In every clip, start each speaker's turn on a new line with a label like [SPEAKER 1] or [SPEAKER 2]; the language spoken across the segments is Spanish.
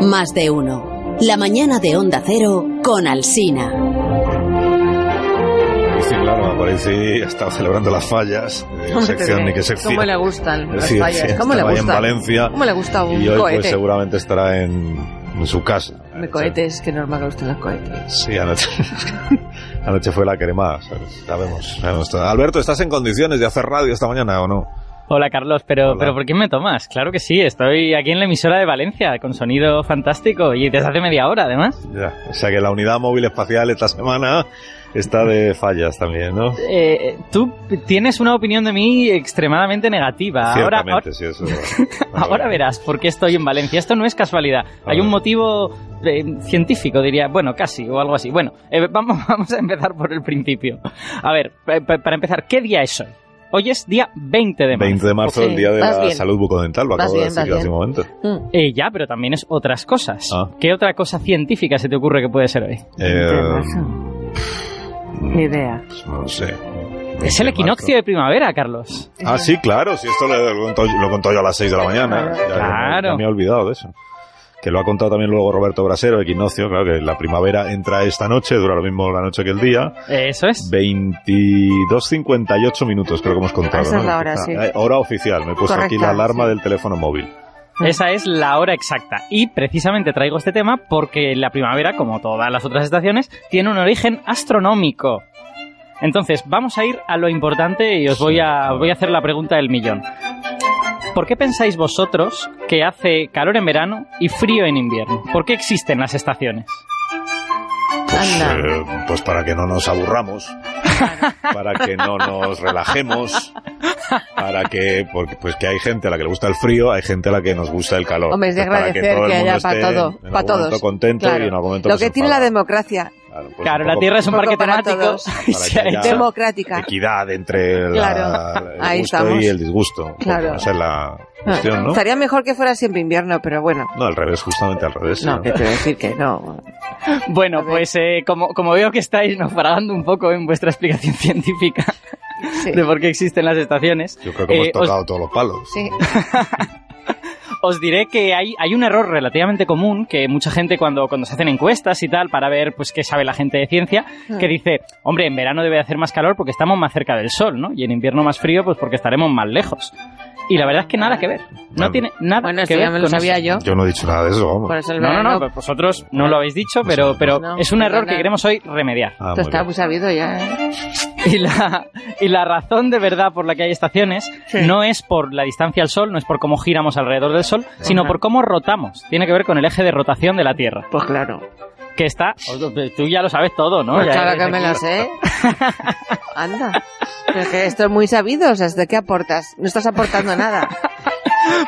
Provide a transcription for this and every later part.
[SPEAKER 1] Más de uno. La mañana de Onda Cero con Alsina.
[SPEAKER 2] Sí, claro, aparece, ha estado celebrando las fallas, eh, sección ni que sección.
[SPEAKER 3] ¿Cómo le gustan las
[SPEAKER 2] Sí,
[SPEAKER 3] fallas?
[SPEAKER 2] sí,
[SPEAKER 3] ¿Cómo le
[SPEAKER 2] estaba ahí
[SPEAKER 3] gustan?
[SPEAKER 2] en Valencia
[SPEAKER 3] ¿Cómo le gusta un
[SPEAKER 2] y hoy
[SPEAKER 3] cohete?
[SPEAKER 2] pues seguramente estará en, en su casa.
[SPEAKER 3] De cohetes, que normal que le gustan los cohetes.
[SPEAKER 2] Sí, anoche, anoche fue la cremada, ¿sabes? sabemos. sabemos todo. Alberto, ¿estás en condiciones de hacer radio esta mañana o no?
[SPEAKER 4] Hola Carlos, pero,
[SPEAKER 2] Hola.
[SPEAKER 4] pero ¿por qué me tomas? Claro que sí, estoy aquí en la emisora de Valencia con sonido fantástico y desde hace media hora además.
[SPEAKER 2] Ya. O sea que la unidad móvil espacial esta semana está de fallas también, ¿no?
[SPEAKER 4] Eh, tú tienes una opinión de mí extremadamente negativa. Ahora,
[SPEAKER 2] Ciertamente,
[SPEAKER 4] ahora,
[SPEAKER 2] sí, eso.
[SPEAKER 4] ahora verás por qué estoy en Valencia. Esto no es casualidad. Hay
[SPEAKER 2] ver.
[SPEAKER 4] un motivo eh, científico, diría, bueno, casi o algo así. Bueno, eh, vamos, vamos a empezar por el principio. A ver, pa- pa- para empezar, ¿qué día es hoy? Hoy es día 20 de marzo.
[SPEAKER 2] 20 de marzo, el
[SPEAKER 3] Sí,
[SPEAKER 2] día de
[SPEAKER 3] vas
[SPEAKER 2] la
[SPEAKER 3] bien.
[SPEAKER 2] salud bucodental, lo
[SPEAKER 3] Vas
[SPEAKER 2] acabo de
[SPEAKER 3] bien,
[SPEAKER 2] decir
[SPEAKER 3] vas
[SPEAKER 2] hace
[SPEAKER 3] bien.
[SPEAKER 2] un momento.
[SPEAKER 3] Mm.
[SPEAKER 4] Eh, ya, pero también es otras cosas.
[SPEAKER 2] Ah.
[SPEAKER 4] ¿Qué otra cosa científica se te ocurre que puede ser hoy?
[SPEAKER 2] Eh,
[SPEAKER 3] Temazo. Ni idea.
[SPEAKER 2] Pues No sé.
[SPEAKER 4] Es el equinoccio de primavera, Carlos.
[SPEAKER 2] Ah, sí, claro, si esto lo, lo conto, lo conto yo a las 6 de la mañana. Ya- ya-
[SPEAKER 4] Claro.
[SPEAKER 2] ya me he olvidado de eso. Que lo ha contado también luego Roberto Brasero, el equinoccio, claro, que la primavera entra esta noche, dura lo mismo la noche que el día.
[SPEAKER 4] Eh, Eso es.
[SPEAKER 2] 22.58 minutos, creo que hemos contado.
[SPEAKER 3] Esa es
[SPEAKER 2] ¿no?
[SPEAKER 3] la hora,
[SPEAKER 2] Ah,
[SPEAKER 3] sí.
[SPEAKER 2] eh, Hora oficial, me he puesto aquí
[SPEAKER 3] Correcta,
[SPEAKER 2] la alarma
[SPEAKER 3] sí.
[SPEAKER 2] del teléfono móvil.
[SPEAKER 4] Esa es la hora exacta. Y precisamente traigo este tema porque la primavera, como todas las otras estaciones, tiene un origen astronómico. Entonces, vamos a ir a lo importante y os voy a, voy a hacer la pregunta del millón. ¿Por qué pensáis vosotros que hace calor en verano y frío en invierno? ¿Por qué existen las estaciones?
[SPEAKER 2] Pues,
[SPEAKER 3] Anda.
[SPEAKER 2] eh, pues para que no nos aburramos, para que no nos relajemos, para que, porque, pues que hay gente a la que le gusta el frío, hay gente a la que nos gusta el calor.
[SPEAKER 3] Hombre, es de
[SPEAKER 2] Entonces, para
[SPEAKER 3] agradecer
[SPEAKER 2] todo el
[SPEAKER 3] que
[SPEAKER 2] mundo
[SPEAKER 3] haya
[SPEAKER 2] esté
[SPEAKER 3] para todo,
[SPEAKER 2] en
[SPEAKER 3] para
[SPEAKER 2] algún momento
[SPEAKER 3] todos.
[SPEAKER 2] contento
[SPEAKER 3] Claro.
[SPEAKER 2] y en algún momento
[SPEAKER 3] Lo
[SPEAKER 2] pues
[SPEAKER 3] que tiene la
[SPEAKER 2] enfadado.
[SPEAKER 3] democracia,
[SPEAKER 2] Claro, pues
[SPEAKER 4] Claro,
[SPEAKER 2] un
[SPEAKER 4] la
[SPEAKER 2] poco
[SPEAKER 4] Tierra es un
[SPEAKER 3] un
[SPEAKER 4] parque
[SPEAKER 3] poco para
[SPEAKER 4] temático.
[SPEAKER 3] todos.
[SPEAKER 4] y
[SPEAKER 2] Para
[SPEAKER 4] se
[SPEAKER 2] que
[SPEAKER 4] ha
[SPEAKER 2] haya-
[SPEAKER 4] hecho-
[SPEAKER 3] democrática.
[SPEAKER 2] equidad entre la-
[SPEAKER 3] Claro,
[SPEAKER 2] el
[SPEAKER 3] ahí
[SPEAKER 2] gusto
[SPEAKER 3] estamos.
[SPEAKER 2] y el disgusto. Pues
[SPEAKER 3] Claro. Ah,
[SPEAKER 2] Claro. Esa es la cuestión, ¿no?
[SPEAKER 3] Estaría mejor que fuera siempre invierno, pero bueno.
[SPEAKER 2] No, al revés, justamente al revés.
[SPEAKER 3] No,
[SPEAKER 2] ¿no?
[SPEAKER 3] que te voy a decir que no. A
[SPEAKER 4] Bueno,
[SPEAKER 3] ver.
[SPEAKER 4] pues eh, como, como veo que estáis naufragando un poco en vuestra explicación científica
[SPEAKER 3] Sí.
[SPEAKER 4] de por qué existen las estaciones,
[SPEAKER 2] Yo creo que hemos
[SPEAKER 4] Eh, os-
[SPEAKER 2] tocado todos los palos.
[SPEAKER 3] Sí.
[SPEAKER 4] os diré que hay, hay un error relativamente común que mucha gente cuando, cuando se hacen encuestas y tal para ver pues qué sabe la gente de ciencia,
[SPEAKER 3] Ah.
[SPEAKER 4] que dice, hombre, en verano debe de hacer más calor porque estamos más cerca del sol, ¿no? Y en invierno más frío pues porque estaremos más lejos. Y la verdad es que nada que ver. No
[SPEAKER 2] Bueno.
[SPEAKER 4] tiene nada
[SPEAKER 3] Bueno,
[SPEAKER 4] que
[SPEAKER 3] esto
[SPEAKER 4] ver
[SPEAKER 3] ya me lo
[SPEAKER 4] con
[SPEAKER 3] sabía
[SPEAKER 4] eso.
[SPEAKER 3] yo.
[SPEAKER 2] Yo no he dicho nada de eso, vamos.
[SPEAKER 3] Por eso el
[SPEAKER 4] No,
[SPEAKER 3] verano.
[SPEAKER 4] no, no, vosotros no lo habéis dicho, pero, pero
[SPEAKER 3] pues No,
[SPEAKER 4] es un error
[SPEAKER 3] perdona.
[SPEAKER 4] que queremos hoy remediar.
[SPEAKER 2] Ah,
[SPEAKER 3] Esto
[SPEAKER 2] muy
[SPEAKER 3] está
[SPEAKER 2] bien.
[SPEAKER 3] muy sabido ya. ¿eh?
[SPEAKER 4] Y la, y la razón de verdad por la que hay estaciones
[SPEAKER 3] Sí.
[SPEAKER 4] no es por la distancia al Sol, no es por cómo giramos alrededor del Sol, sino
[SPEAKER 3] Ajá.
[SPEAKER 4] por cómo rotamos. Tiene que ver con el eje de rotación de la Tierra,
[SPEAKER 3] Pues claro.
[SPEAKER 4] que está... Tú ya lo sabes todo, ¿no?
[SPEAKER 3] Pues
[SPEAKER 4] Ya
[SPEAKER 3] claro
[SPEAKER 4] eres
[SPEAKER 3] que me
[SPEAKER 4] aquí.
[SPEAKER 3] lo sé. Anda. Pero que esto es muy sabido. O sea, ¿de qué aportas? No estás aportando nada.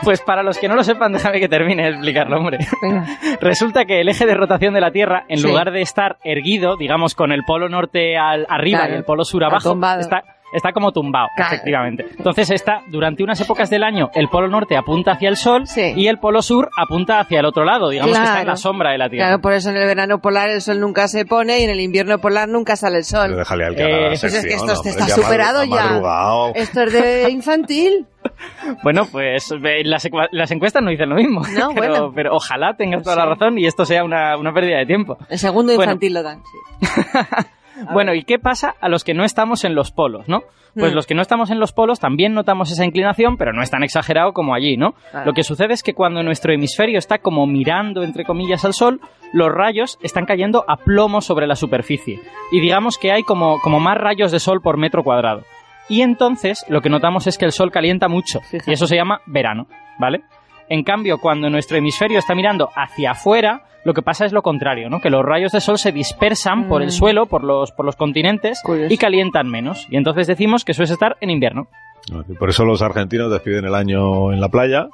[SPEAKER 4] Pues para los que no lo sepan, déjame que termine de explicarlo, hombre.
[SPEAKER 3] Venga.
[SPEAKER 4] Resulta que el eje de rotación de la Tierra, en
[SPEAKER 3] Sí.
[SPEAKER 4] lugar de estar erguido, digamos, con el polo norte al, arriba
[SPEAKER 3] Claro.
[SPEAKER 4] y el polo sur
[SPEAKER 3] Está
[SPEAKER 4] abajo,
[SPEAKER 3] tumbado.
[SPEAKER 4] está, está como tumbado,
[SPEAKER 3] Claro.
[SPEAKER 4] efectivamente. Entonces está, durante unas épocas del año, el polo norte apunta hacia el sol
[SPEAKER 3] Sí.
[SPEAKER 4] y el polo sur apunta hacia el otro lado, digamos que está en
[SPEAKER 3] Claro.
[SPEAKER 4] la sombra de la Tierra.
[SPEAKER 3] Claro, por eso en el verano polar el sol nunca se pone y en el invierno polar nunca sale el
[SPEAKER 2] Pero
[SPEAKER 3] sol.
[SPEAKER 2] déjale al que haga la
[SPEAKER 4] Eh,
[SPEAKER 3] es
[SPEAKER 4] pues
[SPEAKER 3] que
[SPEAKER 2] sección,
[SPEAKER 3] esto
[SPEAKER 2] hombre,
[SPEAKER 3] está
[SPEAKER 2] que ha
[SPEAKER 3] superado
[SPEAKER 2] madru- ha
[SPEAKER 3] ya. Eh.
[SPEAKER 2] madrugado.
[SPEAKER 3] Esto es de infantil.
[SPEAKER 4] Bueno, pues eh, las, ecua- las encuestas no dicen lo mismo,
[SPEAKER 3] No,
[SPEAKER 4] pero,
[SPEAKER 3] bueno.
[SPEAKER 4] pero ojalá tengas toda la
[SPEAKER 3] Sí.
[SPEAKER 4] razón y esto sea una, una pérdida de tiempo.
[SPEAKER 3] El segundo
[SPEAKER 4] Bueno.
[SPEAKER 3] infantil lo dan. sí.
[SPEAKER 4] Bueno, ¿y qué pasa a los que no estamos en los polos, no? Pues
[SPEAKER 3] Mm.
[SPEAKER 4] los que no estamos en los polos también notamos esa inclinación, pero no es tan exagerado como allí, ¿no?
[SPEAKER 3] Claro.
[SPEAKER 4] Lo que sucede es que cuando nuestro hemisferio está como mirando, entre comillas, al sol, los rayos están cayendo a plomo sobre la superficie. Y digamos que hay como, como más rayos de sol por metro cuadrado. Y entonces lo que notamos es que el sol calienta mucho,
[SPEAKER 3] Fíjate.
[SPEAKER 4] y eso se llama verano, ¿vale? En cambio, cuando nuestro hemisferio está mirando hacia afuera, lo que pasa es lo contrario, ¿no? Que los rayos de sol se dispersan por el
[SPEAKER 3] Mm.
[SPEAKER 4] suelo, por los, por los continentes
[SPEAKER 3] Curioso.
[SPEAKER 4] y calientan menos. Y entonces decimos que eso es estar en invierno.
[SPEAKER 2] Por eso los argentinos despiden el año en la playa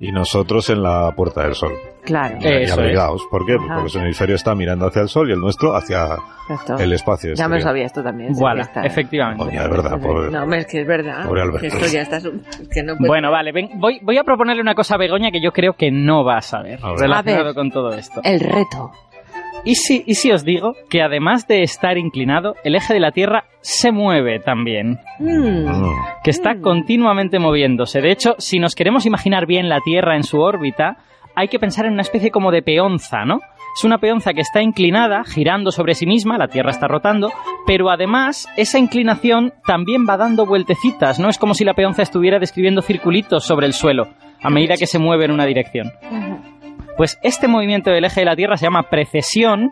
[SPEAKER 2] y nosotros en la Puerta del Sol.
[SPEAKER 3] Claro.
[SPEAKER 4] Eh,
[SPEAKER 2] y
[SPEAKER 4] Eso
[SPEAKER 2] abrigaos. ¿Por qué? Pues
[SPEAKER 3] Ajá.
[SPEAKER 2] porque su hemisferio está mirando hacia el sol y el nuestro hacia
[SPEAKER 3] Exacto.
[SPEAKER 2] el espacio.
[SPEAKER 3] Ya me lo
[SPEAKER 2] exterior.
[SPEAKER 3] sabía esto también. sí,
[SPEAKER 4] Voilà,
[SPEAKER 3] ya está. ¿eh?
[SPEAKER 4] efectivamente.
[SPEAKER 2] Coño, de verdad, pobre.
[SPEAKER 3] No, hombre, es que es verdad.
[SPEAKER 2] Pobre Alberto.
[SPEAKER 3] Que Esto ya está. su- que no puede-
[SPEAKER 4] Bueno, vale, ven- voy, voy a proponerle una cosa a Begoña que yo creo que no va a saber
[SPEAKER 2] A ver.
[SPEAKER 4] relacionado
[SPEAKER 3] A ver.
[SPEAKER 4] con todo esto.
[SPEAKER 3] El reto.
[SPEAKER 4] ¿Y si, ¿Y si os digo que además de estar inclinado, el eje de la Tierra se mueve también?
[SPEAKER 3] Mm.
[SPEAKER 2] Mm.
[SPEAKER 4] que está
[SPEAKER 3] Mm.
[SPEAKER 4] continuamente moviéndose. De hecho, si nos queremos imaginar bien la Tierra en su órbita, hay que pensar en una especie como de peonza, ¿no? Es una peonza que está inclinada, girando sobre sí misma, la Tierra está rotando, pero además esa inclinación también va dando vueltecitas, ¿no? Es como si la peonza estuviera describiendo circulitos sobre el suelo a medida que se mueve en una dirección. Pues este movimiento del eje de la Tierra se llama precesión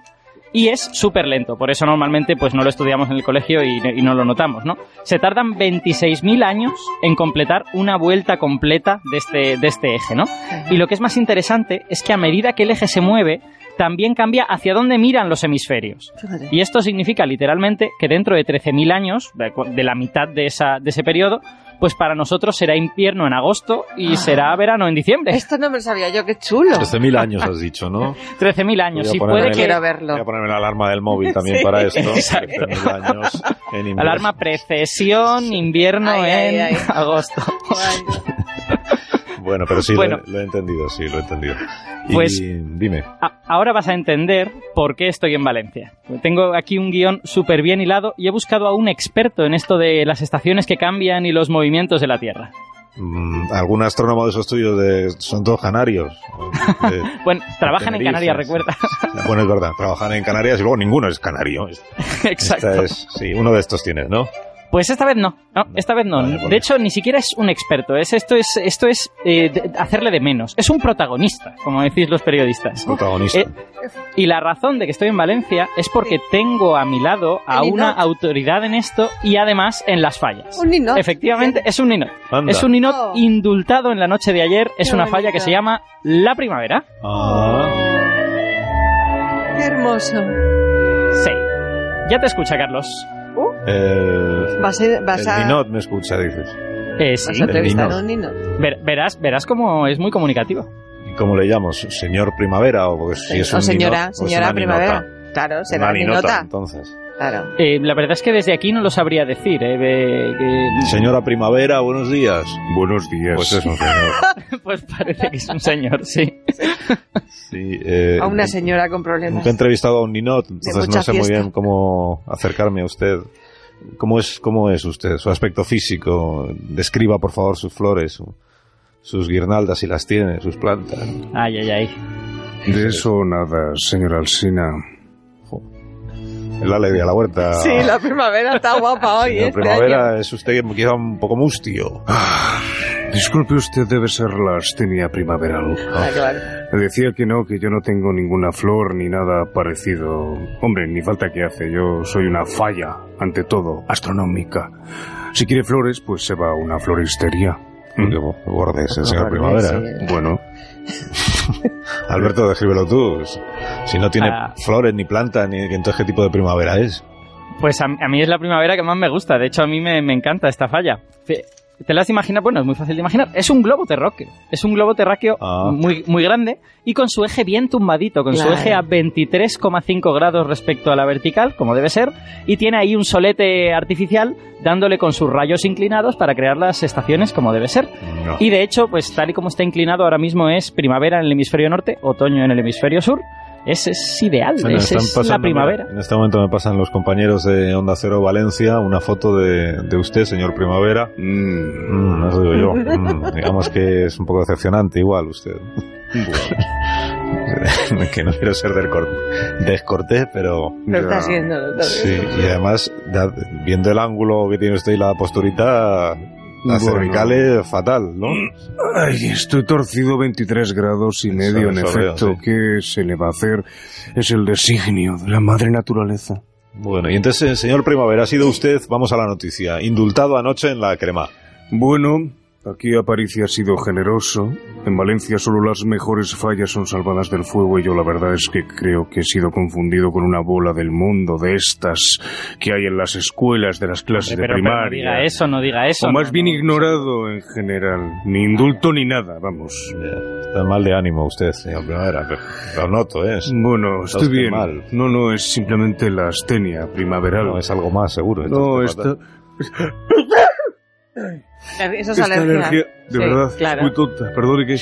[SPEAKER 4] y es súper lento, por eso normalmente pues no lo estudiamos en el colegio y, y no lo notamos, ¿no? Se tardan 26.000 años en completar una vuelta completa de este, de este eje, ¿no? Y lo que es más interesante es que a medida que el eje se mueve, también cambia hacia dónde miran los hemisferios.
[SPEAKER 3] Fíjate.
[SPEAKER 4] Y esto significa literalmente que dentro de 13.000 años, de cu- de la mitad de, esa, de ese periodo, pues para nosotros será invierno en agosto y
[SPEAKER 3] Ah.
[SPEAKER 4] será verano en diciembre.
[SPEAKER 3] Esto no me lo sabía yo, qué chulo.
[SPEAKER 2] 13.000 Este años has dicho, ¿no?
[SPEAKER 4] 13.000 años.
[SPEAKER 2] Voy a
[SPEAKER 4] Y
[SPEAKER 2] poner
[SPEAKER 4] puede
[SPEAKER 2] ahí.
[SPEAKER 4] que
[SPEAKER 3] Quiero
[SPEAKER 2] Voy a
[SPEAKER 3] verlo.
[SPEAKER 2] ponerme la alarma del móvil también para esto.
[SPEAKER 4] exacto.
[SPEAKER 2] 13.000 años en inglés.
[SPEAKER 4] Alarma precesión, invierno
[SPEAKER 3] Ay, ay,
[SPEAKER 4] en
[SPEAKER 3] ay.
[SPEAKER 4] agosto.
[SPEAKER 2] Bueno, pero sí,
[SPEAKER 4] Bueno.
[SPEAKER 2] Lo, lo he entendido, sí, lo he entendido. Y
[SPEAKER 4] Pues-
[SPEAKER 2] dime.
[SPEAKER 4] A- Ahora vas a entender por qué estoy en Valencia. Tengo aquí un guión súper bien hilado y he buscado a un experto en esto de las estaciones que cambian y los movimientos de la Tierra.
[SPEAKER 2] Mm, ¿Algún astrónomo de esos tuyos de, son todos canarios? Eh,
[SPEAKER 4] Bueno, trabajan en
[SPEAKER 2] Tenerife,
[SPEAKER 4] Canarias,
[SPEAKER 2] sí.
[SPEAKER 4] recuerda.
[SPEAKER 2] bueno, es verdad, trabajan en Canarias y luego ninguno es canario.
[SPEAKER 4] Exacto.
[SPEAKER 2] Esta es- sí, uno de estos tienes, ¿no?
[SPEAKER 4] Pues esta vez no, no, esta vez no.
[SPEAKER 2] Vale, porque-
[SPEAKER 4] de hecho, ni siquiera es un experto. Es, esto es, esto es eh, de- hacerle de menos. Es un protagonista, como decís los periodistas.
[SPEAKER 2] Protagonista.
[SPEAKER 4] Eh, Y la razón de que estoy en Valencia es porque tengo a mi lado a
[SPEAKER 3] El
[SPEAKER 4] una
[SPEAKER 3] Ninot.
[SPEAKER 4] autoridad en esto y además en las fallas.
[SPEAKER 3] Un ninot.
[SPEAKER 4] Efectivamente, es un ninot.
[SPEAKER 2] Anda.
[SPEAKER 4] Es un ninot
[SPEAKER 3] Oh.
[SPEAKER 4] indultado en la noche de ayer. Es
[SPEAKER 3] Qué
[SPEAKER 4] una falla que
[SPEAKER 3] bonito.
[SPEAKER 4] se llama La Primavera.
[SPEAKER 2] Ah,
[SPEAKER 3] Qué hermoso.
[SPEAKER 4] Sí. Ya te escucha, Carlos.
[SPEAKER 2] eh,
[SPEAKER 3] Vas a... Vas
[SPEAKER 2] el
[SPEAKER 3] a...
[SPEAKER 2] Ninot me escucha, dices.
[SPEAKER 4] Eh,
[SPEAKER 3] Vas
[SPEAKER 4] sí.
[SPEAKER 3] a
[SPEAKER 2] el
[SPEAKER 3] entrevistar
[SPEAKER 2] ninot.
[SPEAKER 3] a un ninot.
[SPEAKER 4] Ver- verás, verás cómo es muy comunicativo.
[SPEAKER 2] ¿Y cómo le llamamos? ¿Señor Primavera? O, porque si es
[SPEAKER 3] o
[SPEAKER 2] un
[SPEAKER 3] señora,
[SPEAKER 2] ninot, pues
[SPEAKER 3] señora
[SPEAKER 2] una
[SPEAKER 3] primavera.
[SPEAKER 2] ninota.
[SPEAKER 3] Claro,
[SPEAKER 2] Una
[SPEAKER 3] será
[SPEAKER 2] ninota,
[SPEAKER 3] ninota.
[SPEAKER 2] entonces.
[SPEAKER 3] Claro.
[SPEAKER 4] Eh, la verdad es que desde aquí no lo sabría decir. eh, eh, eh,
[SPEAKER 2] Señora Primavera, buenos días.
[SPEAKER 5] Buenos días.
[SPEAKER 2] Pues es un señor.
[SPEAKER 4] pues parece que es un señor, sí.
[SPEAKER 2] Sí, eh,
[SPEAKER 3] A una
[SPEAKER 2] nu-
[SPEAKER 3] señora con problemas.
[SPEAKER 2] Nunca he entrevistado a un ninot, entonces
[SPEAKER 3] mucha
[SPEAKER 2] no sé muy
[SPEAKER 3] fiesta.
[SPEAKER 2] bien cómo acercarme a usted. ¿Cómo es, cómo es usted? Su aspecto físico. Describa, por favor, sus flores, su- sus guirnaldas, si las tiene, sus plantas.
[SPEAKER 4] Ay, ay, ay.
[SPEAKER 5] De eso nada, señor Alsina.
[SPEAKER 2] Es la alegría de la huerta.
[SPEAKER 3] Sí, la primavera está guapa hoy.
[SPEAKER 2] Señor
[SPEAKER 3] este
[SPEAKER 2] primavera
[SPEAKER 3] año.
[SPEAKER 2] es usted quizá un poco mustio.
[SPEAKER 5] Disculpe usted, debe ser la astenia primaveral.
[SPEAKER 3] Ah, claro.
[SPEAKER 5] Le decía que no, que yo no tengo ninguna flor ni nada parecido. Hombre, ni falta que hace. Yo soy una falla, ante todo, astronómica. Si quiere flores, pues se va a una floristería.
[SPEAKER 2] Qué bo- borde Mm. es Oh, el señor primavera. ¿eh?
[SPEAKER 3] Sí.
[SPEAKER 5] Bueno,
[SPEAKER 2] Alberto, descríbelo tú. Si no tiene
[SPEAKER 4] Ah.
[SPEAKER 2] flores ni planta, ni entonces qué tipo de primavera es.
[SPEAKER 4] Pues a, a mí es la primavera que más me gusta. De hecho, a mí me, me encanta esta falla. Fe- ¿Te la has imaginado? Bueno, es muy fácil de imaginar. Es un globo terráqueo. Es un globo terráqueo
[SPEAKER 2] Ah.
[SPEAKER 4] muy, muy grande y con su eje bien tumbadito, con su
[SPEAKER 3] Claro.
[SPEAKER 4] eje a 23,5 grados respecto a la vertical, como debe ser, y tiene ahí un solete artificial dándole con sus rayos inclinados para crear las estaciones como debe ser.
[SPEAKER 2] No.
[SPEAKER 4] Y de hecho, pues tal y como está inclinado ahora mismo es primavera en el hemisferio norte, otoño en el hemisferio sur. Ese es ideal,
[SPEAKER 2] Bueno,
[SPEAKER 4] ese
[SPEAKER 2] están
[SPEAKER 4] es la
[SPEAKER 2] pasando-
[SPEAKER 4] primavera.
[SPEAKER 2] En este momento me pasan los compañeros de Onda Cero Valencia una foto de, de usted, señor Primavera.
[SPEAKER 5] mm,
[SPEAKER 2] Mm, no os digo yo. Mm, digamos que es un poco decepcionante igual usted. que no quiero ser del cor- descortés, pero...
[SPEAKER 3] Lo está
[SPEAKER 5] ya.
[SPEAKER 3] haciendo. lo está
[SPEAKER 2] Sí,
[SPEAKER 3] haciendo.
[SPEAKER 2] y además, da- viendo el ángulo que tiene usted y la posturita, las
[SPEAKER 5] Bueno.
[SPEAKER 2] cervicales, fatal, ¿no?
[SPEAKER 5] Ay, estoy torcido 23 grados y
[SPEAKER 2] Eso,
[SPEAKER 5] medio, en
[SPEAKER 2] eso veo,
[SPEAKER 5] efecto.
[SPEAKER 2] sí.
[SPEAKER 5] ¿Qué se le va a hacer? Es el designio de la madre naturaleza.
[SPEAKER 2] Bueno, y entonces, señor Primavera, ha sido usted, vamos a la noticia, indultado anoche en la crema.
[SPEAKER 5] Bueno, aquí Aparicio ha sido generoso. En Valencia solo las mejores fallas son salvadas del fuego y yo la verdad es que creo que he sido confundido con una bola del mundo de estas que hay en las escuelas de las clases de
[SPEAKER 4] Pero, pero no
[SPEAKER 5] primaria.
[SPEAKER 4] diga eso, no diga eso.
[SPEAKER 5] o más
[SPEAKER 4] no,
[SPEAKER 5] bien
[SPEAKER 4] no.
[SPEAKER 5] ignorado en general. Ni indulto ni nada, vamos.
[SPEAKER 2] Está mal de ánimo usted, señor Primavera. Lo noto, ¿eh? Es-
[SPEAKER 5] Bueno,
[SPEAKER 2] Está
[SPEAKER 5] estoy
[SPEAKER 2] usted
[SPEAKER 5] bien.
[SPEAKER 2] mal.
[SPEAKER 5] No, no, es simplemente la astenia primaveral.
[SPEAKER 2] ¿eh? No, es algo más seguro.
[SPEAKER 5] No,
[SPEAKER 2] entonces,
[SPEAKER 5] esta,
[SPEAKER 3] Eso es
[SPEAKER 5] esta
[SPEAKER 3] alergia.
[SPEAKER 5] energía, de
[SPEAKER 3] Sí,
[SPEAKER 5] verdad,
[SPEAKER 3] claro.
[SPEAKER 5] es muy tonta. Perdone que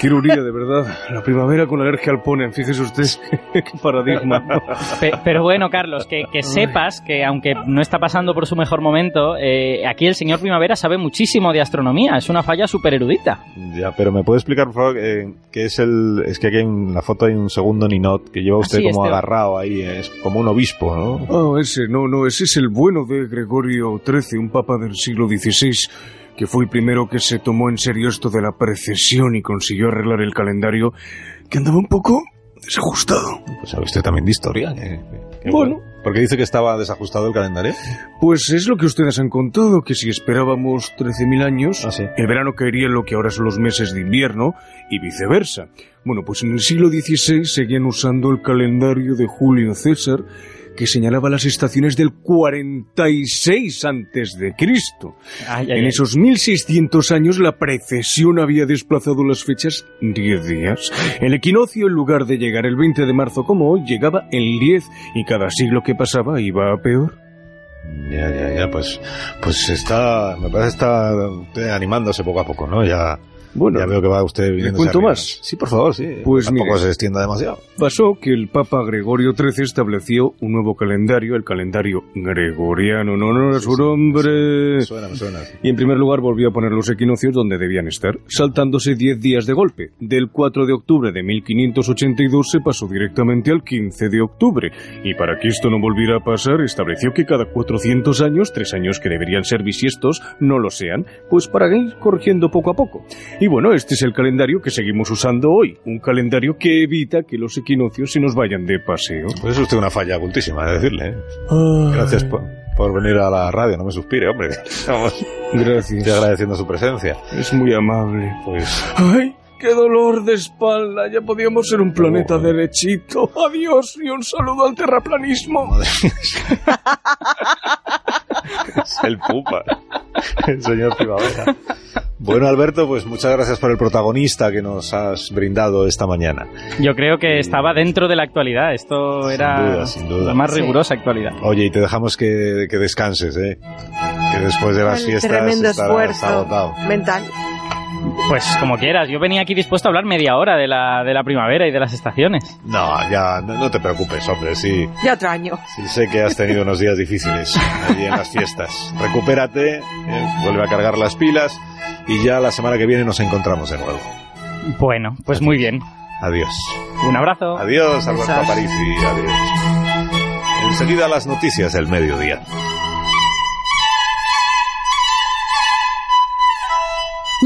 [SPEAKER 5] Quiero unir de verdad la primavera con la alergia al ponen. Fíjese usted qué paradigma.
[SPEAKER 4] Pe- pero bueno, Carlos, que, que sepas que aunque no está pasando por su mejor momento, eh, aquí el señor Primavera sabe muchísimo de astronomía. Es una falla súper erudita.
[SPEAKER 2] Ya, pero ¿me puede explicar, por favor, eh, qué es el... Es que aquí en la foto hay un segundo ninot que lleva usted
[SPEAKER 4] Así es,
[SPEAKER 2] como
[SPEAKER 4] Teo.
[SPEAKER 2] agarrado ahí, eh, es como un obispo, ¿no?
[SPEAKER 5] Oh, ese, no, no, ese es el bueno de Gregorio XIII, un papa del siglo XVI, que fue el primero que se tomó en serio esto de la precesión y consiguió arreglar el calendario, que andaba un poco desajustado.
[SPEAKER 2] Pues sabe usted también de historia. que- que-
[SPEAKER 5] Bueno.
[SPEAKER 2] ¿Por qué dice que estaba desajustado el calendario?
[SPEAKER 5] Pues es lo que ustedes han contado, que si esperábamos 13.000 años,
[SPEAKER 2] Ah, sí.
[SPEAKER 5] el verano caería en lo que ahora son los meses de invierno y viceversa. Bueno, pues en el siglo XVI seguían usando el calendario de Julio César, que señalaba las estaciones del 46 antes de Cristo.
[SPEAKER 4] Ay, ay,
[SPEAKER 5] En
[SPEAKER 4] ay.
[SPEAKER 5] esos 1600 años la precesión había desplazado las fechas 10 días. El equinoccio en lugar de llegar el 20 de marzo como hoy llegaba el 10 y cada siglo que pasaba iba a peor.
[SPEAKER 2] Ya, ya, ya, pues, pues está, me parece que está usted animándose poco a poco, ¿no? Ya,
[SPEAKER 5] Bueno,
[SPEAKER 2] ya veo que va usted viniendo.
[SPEAKER 5] cuento más?
[SPEAKER 2] Sí, por favor, sí.
[SPEAKER 5] Pues
[SPEAKER 2] Tampoco
[SPEAKER 5] mire.
[SPEAKER 2] se extienda demasiado.
[SPEAKER 5] Pasó que el Papa Gregorio XIII estableció un nuevo calendario, el calendario gregoriano, en honor a su nombre.
[SPEAKER 2] Me suena, me suena. sí.
[SPEAKER 5] Y en primer lugar volvió a poner los equinoccios donde debían estar, saltándose 10 días de golpe. Del 4 de octubre de 1582 se pasó directamente al 15 de octubre. Y para que esto no volviera a pasar, estableció que cada 400 años, tres años que deberían ser bisiestos, no lo sean, pues para ir corrigiendo poco a poco. Y bueno, este es el calendario que seguimos usando hoy, un calendario que evita que los equinoccios se nos vayan de paseo.
[SPEAKER 2] Pues es usted una falla ocultísima, de decirle. ¿eh? Gracias por, por venir a la radio, no me suspire, hombre. Estamos estoy
[SPEAKER 5] Gracias.
[SPEAKER 2] agradeciendo su presencia.
[SPEAKER 5] Es muy amable.
[SPEAKER 2] Pues,
[SPEAKER 5] ¡Ay! ¡Qué dolor de espalda! Ya podíamos ser un planeta
[SPEAKER 2] Oh.
[SPEAKER 5] derechito. Adiós y un saludo al terraplanismo.
[SPEAKER 2] madre es el pupa, el señor Primavera. Bueno, Alberto, pues muchas gracias por el protagonista que nos has brindado esta mañana.
[SPEAKER 4] Yo creo que estaba dentro de la actualidad. Esto
[SPEAKER 2] Sin
[SPEAKER 4] era
[SPEAKER 2] duda, sin duda.
[SPEAKER 4] la más
[SPEAKER 3] Sí.
[SPEAKER 4] rigurosa actualidad.
[SPEAKER 2] Oye, y te dejamos que, que descanses, ¿eh? Que después de las
[SPEAKER 3] El
[SPEAKER 2] fiestas
[SPEAKER 3] tremendo
[SPEAKER 2] estarás
[SPEAKER 3] esfuerzo
[SPEAKER 2] agotado.
[SPEAKER 3] mental.
[SPEAKER 4] Pues como quieras. Yo venía aquí dispuesto a hablar media hora de la, de la primavera y de las estaciones.
[SPEAKER 2] No, ya, no, no te preocupes, hombre, sí,
[SPEAKER 3] Ya otro año.
[SPEAKER 2] sí sé que has tenido unos días difíciles allí en las fiestas. Recupérate, eh, vuelve a cargar las pilas y ya la semana que viene nos encontramos de nuevo.
[SPEAKER 4] Bueno, pues muy bien.
[SPEAKER 2] Adiós.
[SPEAKER 4] Un abrazo.
[SPEAKER 2] Adiós, Alberto
[SPEAKER 3] Besos.
[SPEAKER 2] Aparici, adiós. Enseguida las noticias del mediodía.